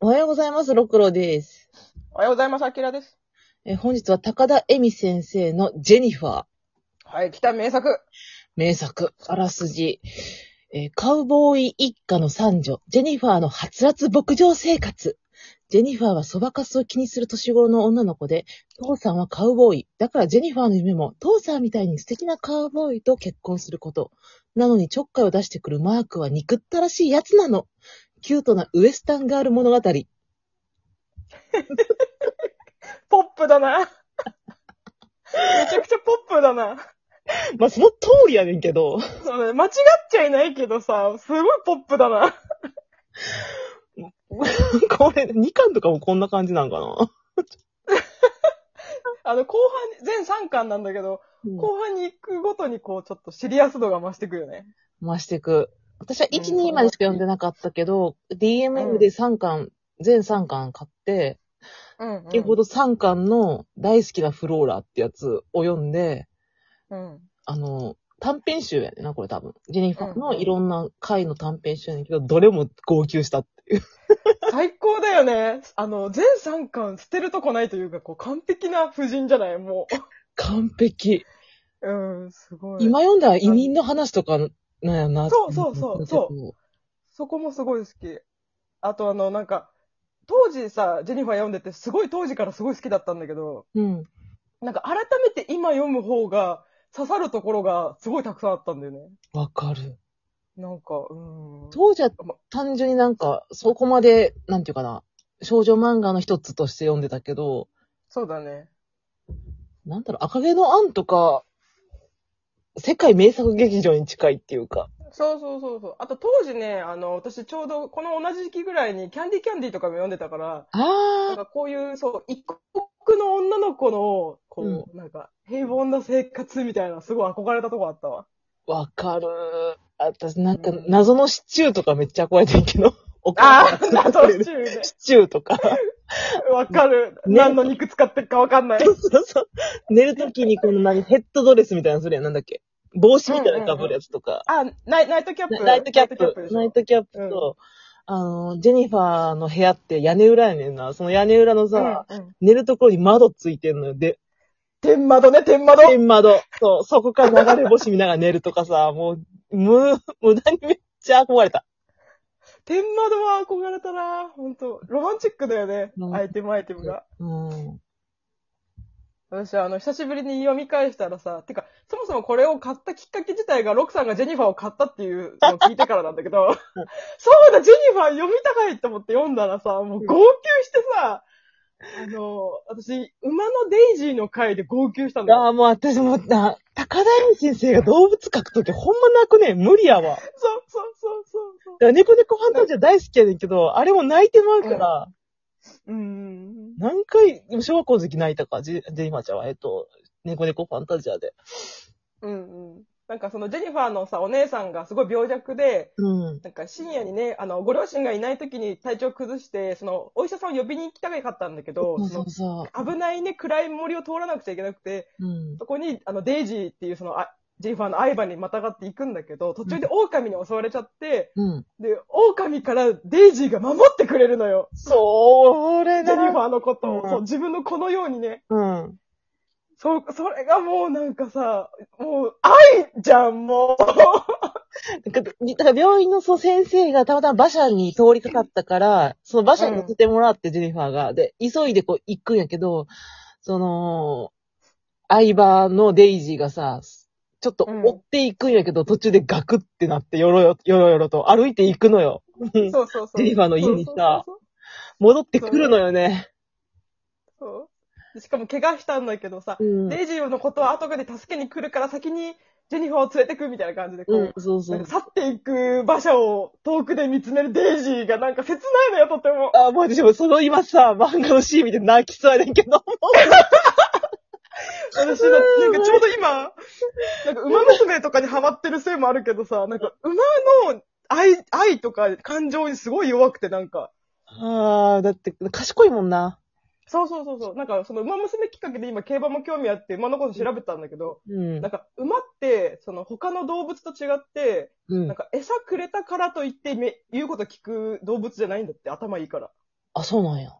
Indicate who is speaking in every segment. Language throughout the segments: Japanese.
Speaker 1: おはようございます、ろくろです。
Speaker 2: おはようございます、あきらです。
Speaker 1: えー本日は高田恵美先生のジェニファー、
Speaker 2: はい、来た名作。
Speaker 1: 名作、あらすじ。えーカウボーイ一家の三女、ジェニファーのハツラツ牧場生活。ジェニファーはそばかすを気にする年頃の女の子で、父さんはカウボーイ。だからジェニファーの夢も、父さんみたいに素敵なカウボーイと結婚すること。なのにちょっかいを出してくるマークは憎ったらしいやつなの。キュートなウエスタンガール物語。
Speaker 2: ポップだな。めちゃくちゃポップだな。
Speaker 1: まあ、その通りやねんけど。
Speaker 2: そうね間違っちゃいないけどさ、すごいポップだな。
Speaker 1: これ、2巻とかもこんな感じなんかな、
Speaker 2: あの、後半、全3巻なんだけど、後半に行くごとにこう、ちょっとシリアス度が増してくよね。
Speaker 1: 増してく。私は1、
Speaker 2: うん
Speaker 1: 2までしか読んでなかったけど、DMM で3巻、全3巻買って、
Speaker 2: うん、う
Speaker 1: 先ほど3巻の大好きなフローラってやつを読んで、
Speaker 2: うん。
Speaker 1: あの、短編集やねんな、これ多分。ジェニファーのいろんな回の短編集やねんけど、どれも号泣したっていう。
Speaker 2: 最高だよね。あの、全3巻捨てるとこないというか、こう、完璧な夫人じゃないも
Speaker 1: 完璧。
Speaker 2: う。うん、すごい。
Speaker 1: 今読んだら移民の話とかなんやなって
Speaker 2: そうそうそうそうそこもすごい好き。あとあの、なんか、当時さ、ジェニファー読んでて、すごい当時からすごい好きだったんだけど、
Speaker 1: う。うん。
Speaker 2: なんか改めて今読む方が刺さるところがすごいたくさんあったんだよね。
Speaker 1: わかる。
Speaker 2: なんか、うーん。
Speaker 1: 当時は
Speaker 2: ま
Speaker 1: 単純になんか、そこまで、なんていうかな、少女漫画の一つとして読んでたけど、
Speaker 2: そうだね。
Speaker 1: なんだろう、赤毛のアンとか、世界名作劇場に近いっていうか。
Speaker 2: そうそうそうそう。あと当時ね、あの、私ちょうどこの同じ時期ぐらいにキャンディキャンディとかも読んでたから、なん
Speaker 1: ああ、
Speaker 2: かこういう、そう、一国の女の子の、こう、なんか平凡な生活みたいな、すごい憧れたとこあったわ。
Speaker 1: わかる。私なんか
Speaker 2: う、ん
Speaker 1: 謎のシチューとかめっちゃ憧れてるけど。お母
Speaker 2: あ
Speaker 1: さ
Speaker 2: あ、
Speaker 1: んが
Speaker 2: 謎
Speaker 1: 作ってる
Speaker 2: のチューね。
Speaker 1: シチューとか。
Speaker 2: わかる。
Speaker 1: ね
Speaker 2: 何の肉使ってるかわかんない。
Speaker 1: そうそうそう。寝るときにこの何、ヘッドドレスみたいなのするやん。なんだっけ。帽子みたいなの被るやつとか。
Speaker 2: あ、ナイナイトキャップ。
Speaker 1: ナナイトキャップ。ナ
Speaker 2: ナイ
Speaker 1: イ
Speaker 2: トキャップ
Speaker 1: ト
Speaker 2: でし
Speaker 1: キャップと、あの、ジェニファーの部屋って屋根裏やねんな。その屋根裏の
Speaker 2: ょ
Speaker 1: さ、
Speaker 2: うんうん
Speaker 1: 寝るところに窓ついてんのよ。で、
Speaker 2: 天窓ね、天窓。
Speaker 1: 天窓。そう、そこから流れ星見ながら寝るとかさ、もう、む、無駄にめっちゃ憧れた。
Speaker 2: 天窓は憧れたな本当ロマンチックだよね
Speaker 1: う。ん
Speaker 2: アイテムアイテムが。
Speaker 1: うん。
Speaker 2: 私、あの、久しぶりに読み返したらさ、てか、そもそもこれを買ったきっかけ自体が、ロクさんがジェニファーを買ったっていうのを聞いてからなんだけど、そうだ、ジェニファー読みたかいと思って読んだらさ、もう号泣してさ、あの、私、馬のデイジーの回で号泣したんだよ。
Speaker 1: ああ、もう私も、な、高田恵美先生が動物描くときほんま泣くね。無理やわ。だか
Speaker 2: そうそうそうそうそう。
Speaker 1: ら猫猫ファンタジア大好きやねんけど、あれも泣いてまうから、
Speaker 2: うーん。
Speaker 1: 何回、でも小学校の時泣いたか、ジェジェニファーちゃんは、えっと、猫猫ファンタジアで。
Speaker 2: うんうん。なんかそのジェニファーのさ、お姉さんがすごい病弱で、
Speaker 1: うん。
Speaker 2: なんか深夜にね、あの、ご両親がいない時に体調崩して、その、お医者さんを呼びに行きたかったんだけど、
Speaker 1: そう
Speaker 2: そ
Speaker 1: そ
Speaker 2: の
Speaker 1: うそ
Speaker 2: 危ないね、暗い森を通らなくちゃいけなくて、
Speaker 1: う。うん。
Speaker 2: そこに、あの、デイジーっていうその、あジェニファーの相場にまたがっていくんだけど、途中で狼に襲われちゃって、
Speaker 1: うん。
Speaker 2: で、狼からデイジーが守ってくれるのよ。
Speaker 1: それ
Speaker 2: ジェニフ
Speaker 1: だ。
Speaker 2: ァーのことを、
Speaker 1: うん
Speaker 2: そう、自分の子のようにね。
Speaker 1: うん。
Speaker 2: そう、それがもうなんかさ、もう、愛じゃん、もう。
Speaker 1: だからだから病院のそう先生がたまたま馬車に通りかかったから、その馬車に乗せてもらって、ジェニファーが。で、急いでこう行くんやけど、その、相場のデイジーがさ、ちょっと追っていくんやけど、途中でガクってなって、よろよ、よろよろと歩いていくのよ。
Speaker 2: そうそうそう。
Speaker 1: ジェニファーの家にさ
Speaker 2: そう
Speaker 1: 戻ってくるのよね。
Speaker 2: そうそうそうしかも怪我したんだけどさ、
Speaker 1: うん。
Speaker 2: デイジーのことは後で助けに来るから先にジェニファーを連れてくみたいな感じで、こ
Speaker 1: うん
Speaker 2: う、、
Speaker 1: そうそ
Speaker 2: なん
Speaker 1: う
Speaker 2: か。去っていく馬車を遠くで見つめるデイジーがなんか切ないのよ、とても。
Speaker 1: あ、もう私もその今さ、漫画のシーン見て泣きそうやねんけど。
Speaker 2: 私だってなんかちょうど今、なんか馬娘とかにハマってるせいもあるけどさ、なんか馬の愛、愛とか感情にすごい弱くてなんか、
Speaker 1: ああ、だって、賢いもんな。
Speaker 2: そうそうそうそう。なんか、その馬娘きっかけで今競馬も興味あって馬のこと調べたんだけど、
Speaker 1: うん
Speaker 2: なん。か馬って、その他の動物と違って、
Speaker 1: う
Speaker 2: なん
Speaker 1: ん。
Speaker 2: か餌くれたからといってめ言うこと聞く動物じゃないんだって、頭いいから。
Speaker 1: あ、そうなんや。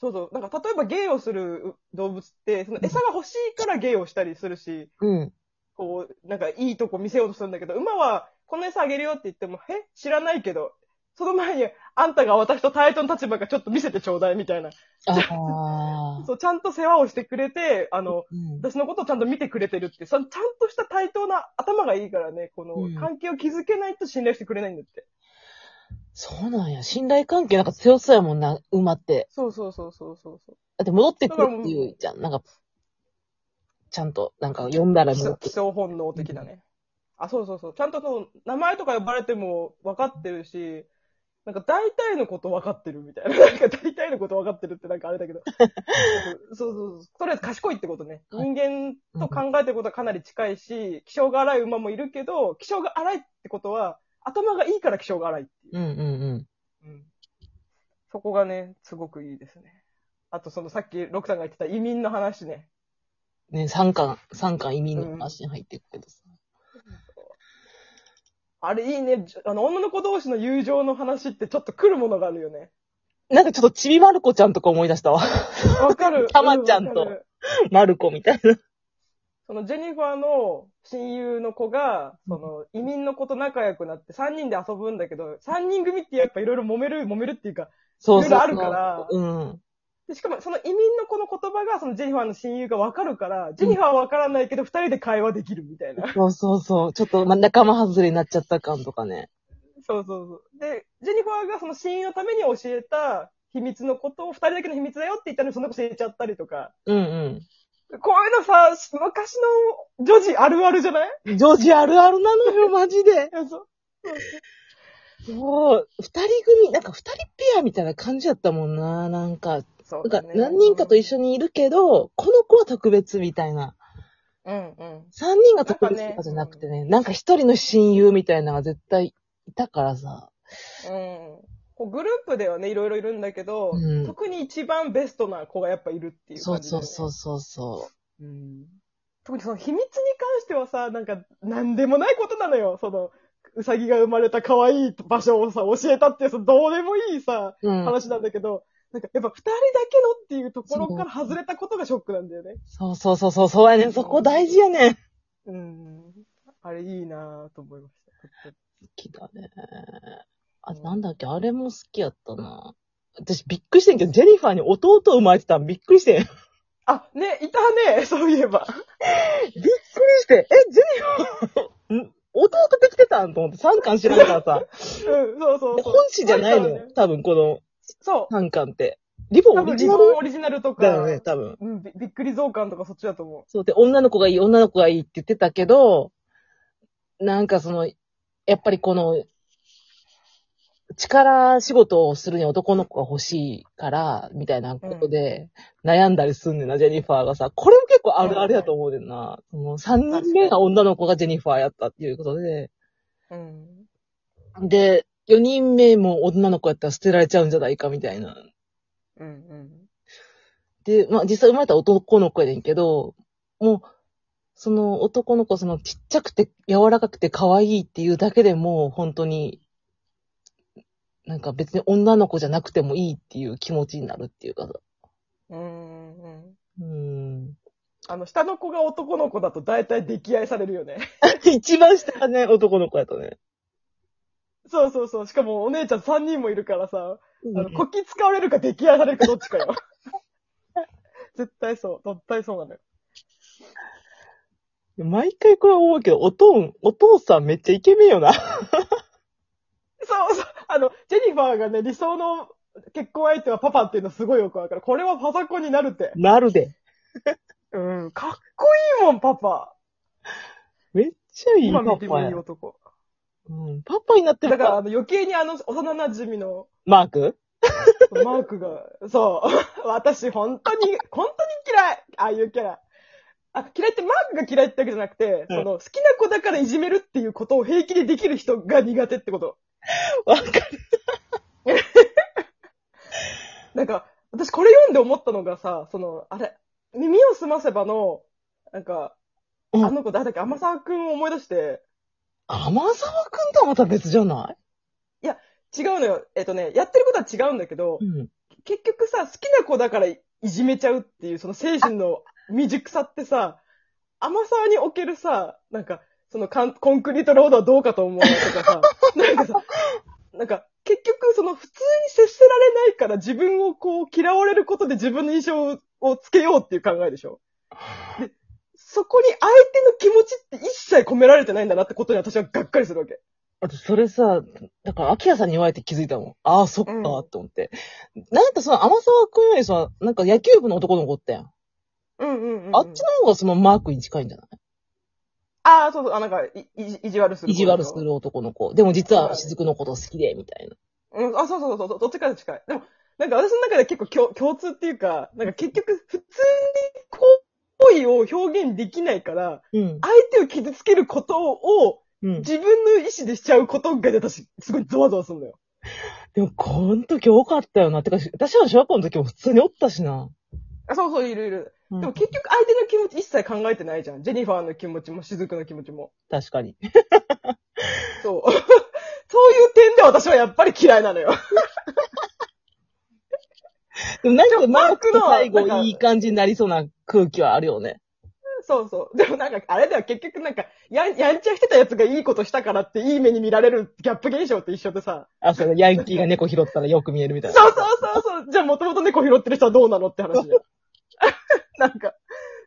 Speaker 2: そうそう。なんか、例えば芸をする動物って、その餌が欲しいから芸をしたりするし、
Speaker 1: うん。
Speaker 2: こう、なんかいいとこ見せようとするんだけど、馬は、この餌あげるよって言っても、え知らないけど、その前に、あんたが私と対等の立場がちょっと見せてちょうだいみたいな。
Speaker 1: ああ。
Speaker 2: そう、ちゃんと世話をしてくれて、あの、
Speaker 1: うん。
Speaker 2: 私のことをちゃんと見てくれてるって、そのちゃんとした対等な頭がいいからね、こ
Speaker 1: うん
Speaker 2: の、関係を築けないと信頼してくれないんだって。
Speaker 1: そうなんや。信頼関係なんか強そうやもんな、馬って。
Speaker 2: そうそうそうそうそうそう。
Speaker 1: だって戻ってくるっていうじゃん。なんか、ちゃんと、なんか読んだら
Speaker 2: 基
Speaker 1: 戻
Speaker 2: 礎
Speaker 1: って
Speaker 2: 基礎本能的なね。あ、そうそうそう。ちゃんとその、名前とか呼ばれても分かってるし、なんか大体のこと分かってるみたいな。 なんか大体のこと分かってるってなんかあれ だけど。そうそうそう。とりあえず賢いってことね。
Speaker 1: はい
Speaker 2: 人間と考えてることはかなり近いし、気性が荒い馬もいるけど、気性が荒いってことは、頭がいいから気性が荒いっていう。
Speaker 1: うんうんうん。
Speaker 2: うんそこがね、すごくいいですね。あとそのさっき、ロクさんが言ってた移民の話ね。
Speaker 1: ね、三巻、三巻移民の話に入っていくけどさ。
Speaker 2: あれいいね。じあの、女の子同士の友情の話ってちょっと来るものがあるよね。
Speaker 1: なんかちょっとちびまる子ちゃんとか思い出したわ。
Speaker 2: わか る。
Speaker 1: たまちゃんと
Speaker 2: うわかる
Speaker 1: まる子みたいな。
Speaker 2: そのジェニファーの親友の子が、その移民の子と仲良くなって3人で遊ぶんだけど、3人組ってやっぱいろいろ揉める、揉めるっていうか、
Speaker 1: そうそう
Speaker 2: い
Speaker 1: そう。
Speaker 2: ろいろあるから
Speaker 1: うん。
Speaker 2: でしかもその移民の子の言葉がそのジェニファーの親友がわかるから、ジェニファーはわからないけど2人で会話できるみたいな。
Speaker 1: そうそうそう。ちょっと、ま、仲間外れになっちゃった感とかね。
Speaker 2: そうそうそう。で、ジェニファーがその親友のために教えた秘密のことを2人だけの秘密だよって言ったのにそんなこと教えちゃったりとか。
Speaker 1: うん
Speaker 2: こういうのさ、昔の女児あるあるじゃない
Speaker 1: うん。ジョージあるあるなのよ、マジで。
Speaker 2: そう。
Speaker 1: そう、二人組、なんか二人ペアみたいな感じやったもんな、なんか。
Speaker 2: そう
Speaker 1: なんか何人かと一緒
Speaker 2: に。
Speaker 1: にいるけど、この子は特別みたいな。
Speaker 2: うんうん。
Speaker 1: 三人が特別とかじゃなくてね、なんか一人の親友みたいなのが絶対いたからさ。
Speaker 2: うん。こうグループではね、いろいろいるんだけど、
Speaker 1: うん
Speaker 2: 特に一番ベストな子がやっぱいるっていう
Speaker 1: そ
Speaker 2: 感
Speaker 1: う
Speaker 2: じ、
Speaker 1: そうそううそうそ
Speaker 2: そう。うん。特にその秘密に関してはさ、なんか、なんでもないことなのよ。その、うさぎが生まれた可愛い場所をさ、教えたっていう、そのどうでもいいさ、
Speaker 1: う。うん。
Speaker 2: 話なんだけど、なんか、やっぱ二人だけのっていうところから外れたことがショックなんだよね。
Speaker 1: そうそうそうそう、そうやねん。そこ大事やねん。好
Speaker 2: うん。あれいいなぁと思いました。
Speaker 1: きだね。あ、なんだっけ、あれも好きやったな。私びっくりしてんけど、ジェニファーに弟生まれてたんびっくりしてん。びっく
Speaker 2: あ、ね、いたね、 そういえば。
Speaker 1: りして、え、ジェニファー、ん 弟できてたんと思って、三巻知らんから さ。
Speaker 2: うん、そうそう
Speaker 1: で
Speaker 2: そう。
Speaker 1: 本誌じゃないのよ。多分この
Speaker 2: そう。
Speaker 1: 三巻って。リボン
Speaker 2: 多
Speaker 1: オ
Speaker 2: 分、
Speaker 1: リジ
Speaker 2: リ
Speaker 1: ナ
Speaker 2: ボ
Speaker 1: ル
Speaker 2: ンオリジナルと
Speaker 1: だよ
Speaker 2: か、
Speaker 1: ね、多分。
Speaker 2: うん、びびっくり増刊とかそっちだと思
Speaker 1: そうで、女の子がいい、女の子がいいって言ってたけど、なんかその、やっぱりこの、力仕事をするに男の子が欲しいから、みたいなことで、悩んだりすんねんな、ジェニファーがさ。これも結構あるあれやと思うねんな。その三人目が女の子がジェニファーやったっていうことで、
Speaker 2: う。うん。
Speaker 1: で、四人目も女の子やったら捨てられちゃうんじゃないか、みたいな。
Speaker 2: うん、うん。
Speaker 1: で、まあ実際生まれた男の子やねんけど、もう、その男の子、そのちっちゃくて柔らかくて可愛いっていうだけでもう本当に、なんか別に女の子じゃなくてもいいっていう気持ちになるっていうかさ。
Speaker 2: うん、うん。
Speaker 1: うん。
Speaker 2: あの、下の子が男の子だと大体溺愛されるよね。
Speaker 1: 一番下がね、男の子やとね。
Speaker 2: そうそうそう。しかもお姉ちゃん3人もいるからさ、あの、
Speaker 1: うん
Speaker 2: こき使われるか溺愛されるかどっちかよ。絶対そう。絶対そうなのよ。
Speaker 1: 毎回これ思うけど、おとん、お父さんめっちゃイケメンよな。
Speaker 2: そうそう。あの、ジェニファーがね、理想の結婚相手はパパっていうのすごいよくわかる。これはパパ子になるって。
Speaker 1: なるで。
Speaker 2: うん。かっこいいもん、パパ。
Speaker 1: めっちゃいい
Speaker 2: 今
Speaker 1: パ
Speaker 2: 見ても
Speaker 1: パ
Speaker 2: いい
Speaker 1: や。
Speaker 2: 男。
Speaker 1: うん、パパになって
Speaker 2: だか
Speaker 1: る
Speaker 2: ら、
Speaker 1: か
Speaker 2: あの、余計にあの、幼馴染みの
Speaker 1: マーク
Speaker 2: マークが、そう。 私、本当に、本当に嫌い。ああいうキャラ。あ、嫌いってマークが嫌いってわけじゃなくて、
Speaker 1: うん
Speaker 2: その、好きな子だからいじめるっていうことを平気でできる人が苦手ってこと。
Speaker 1: わかる。
Speaker 2: なんか、私これ読んで思ったのがさ、その、あれ、耳をすませばの、なんか、あ
Speaker 1: うん
Speaker 2: の子誰だっけ、天沢くんを思い出して、
Speaker 1: 甘沢くんとはまた別じゃない
Speaker 2: 違うのよ。えっとね、やってることは違うんだけど
Speaker 1: う、ん。
Speaker 2: 結局さ、好きな子だからいじめちゃうっていう、その精神の未熟さってさ、甘さにおけるさ、なんか、そのかんコンクリートロードはどうかと思うとかさ、 なんかさ、なんか、結局その普通に接せられないから自分をこう嫌われることで自分の印象をつけようっていう考えでしょで、そこに相手の気持ちって一切込められてないんだなってことに私はがっかりするわけ。
Speaker 1: あと、それさ、だから、アキラさんに言われて気づいたもん。ああ、そっか、
Speaker 2: うん
Speaker 1: って思って。なんかその、天沢くんよりさ、なんか野球部の男の子ってやん。
Speaker 2: うんうん、うん。
Speaker 1: あっちの方がそのマークに近いんじゃない
Speaker 2: ああ、そうそう、あ、なんか、い、いじ意地悪する。
Speaker 1: 意地悪す。る男の子。でも実
Speaker 2: は
Speaker 1: は、
Speaker 2: い
Speaker 1: しずくのこと好きで、みたいな。
Speaker 2: うん、あ、そうそうそうそう、どっちかと近い。でも、なんか私の中で結構共共通っていうか、なんか結局、普通に恋を表現できないから、
Speaker 1: うん。
Speaker 2: 相手を傷つけることを
Speaker 1: うん。
Speaker 2: 自分の意思でしちゃうことが私、すごいゾワゾワするんだよ。
Speaker 1: でも、ほんと今日多かったよな。てか、私は小学校の時も普通におったしな。
Speaker 2: あ、そうそう、いるいる。
Speaker 1: うん
Speaker 2: でも結局相手の気持ち一切考えてないじゃん。ジェニファーの気持ちも、雫の気持ちも。
Speaker 1: 確かに。
Speaker 2: そう。 そういう点で私はやっぱり嫌いなのよ。
Speaker 1: でもなんか、
Speaker 2: でも
Speaker 1: マークの
Speaker 2: マー
Speaker 1: 最
Speaker 2: クのなん
Speaker 1: 後、
Speaker 2: か
Speaker 1: いい感じになりそうな空気はあるよね。
Speaker 2: そうそう。でもなんか、あれでは結局なんか、やん、やんちゃしてたやつがいいことしたからっていい目に見られるギャップ現象って一緒でさ。
Speaker 1: あ、それ、ヤンキーが猫拾ったらよく見えるみた
Speaker 2: そ
Speaker 1: いうな。
Speaker 2: そうそうそう。じゃあもともと猫拾ってる人はどうなのって話 じゃん。なんか、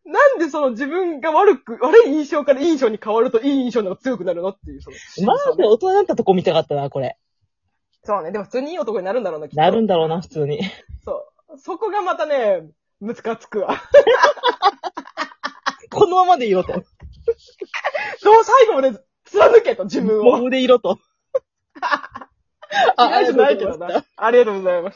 Speaker 2: なんでその自分が悪く、悪い印象からいい印象に変わるといい印象の方が強くなるのっていう、その。
Speaker 1: マジで大人になったとこ見たかったな、これ。
Speaker 2: そうね。でも普通にいい男になるんだろうな、きっと。
Speaker 1: なるんだろうな、普通に。
Speaker 2: そう。そこがまたね、むつかつくわ。
Speaker 1: このままでいろと。
Speaker 2: どう最後まで貫けと、自分を。
Speaker 1: モブでいろと。
Speaker 2: 嫌いじゃないけどな。ありがとうございました。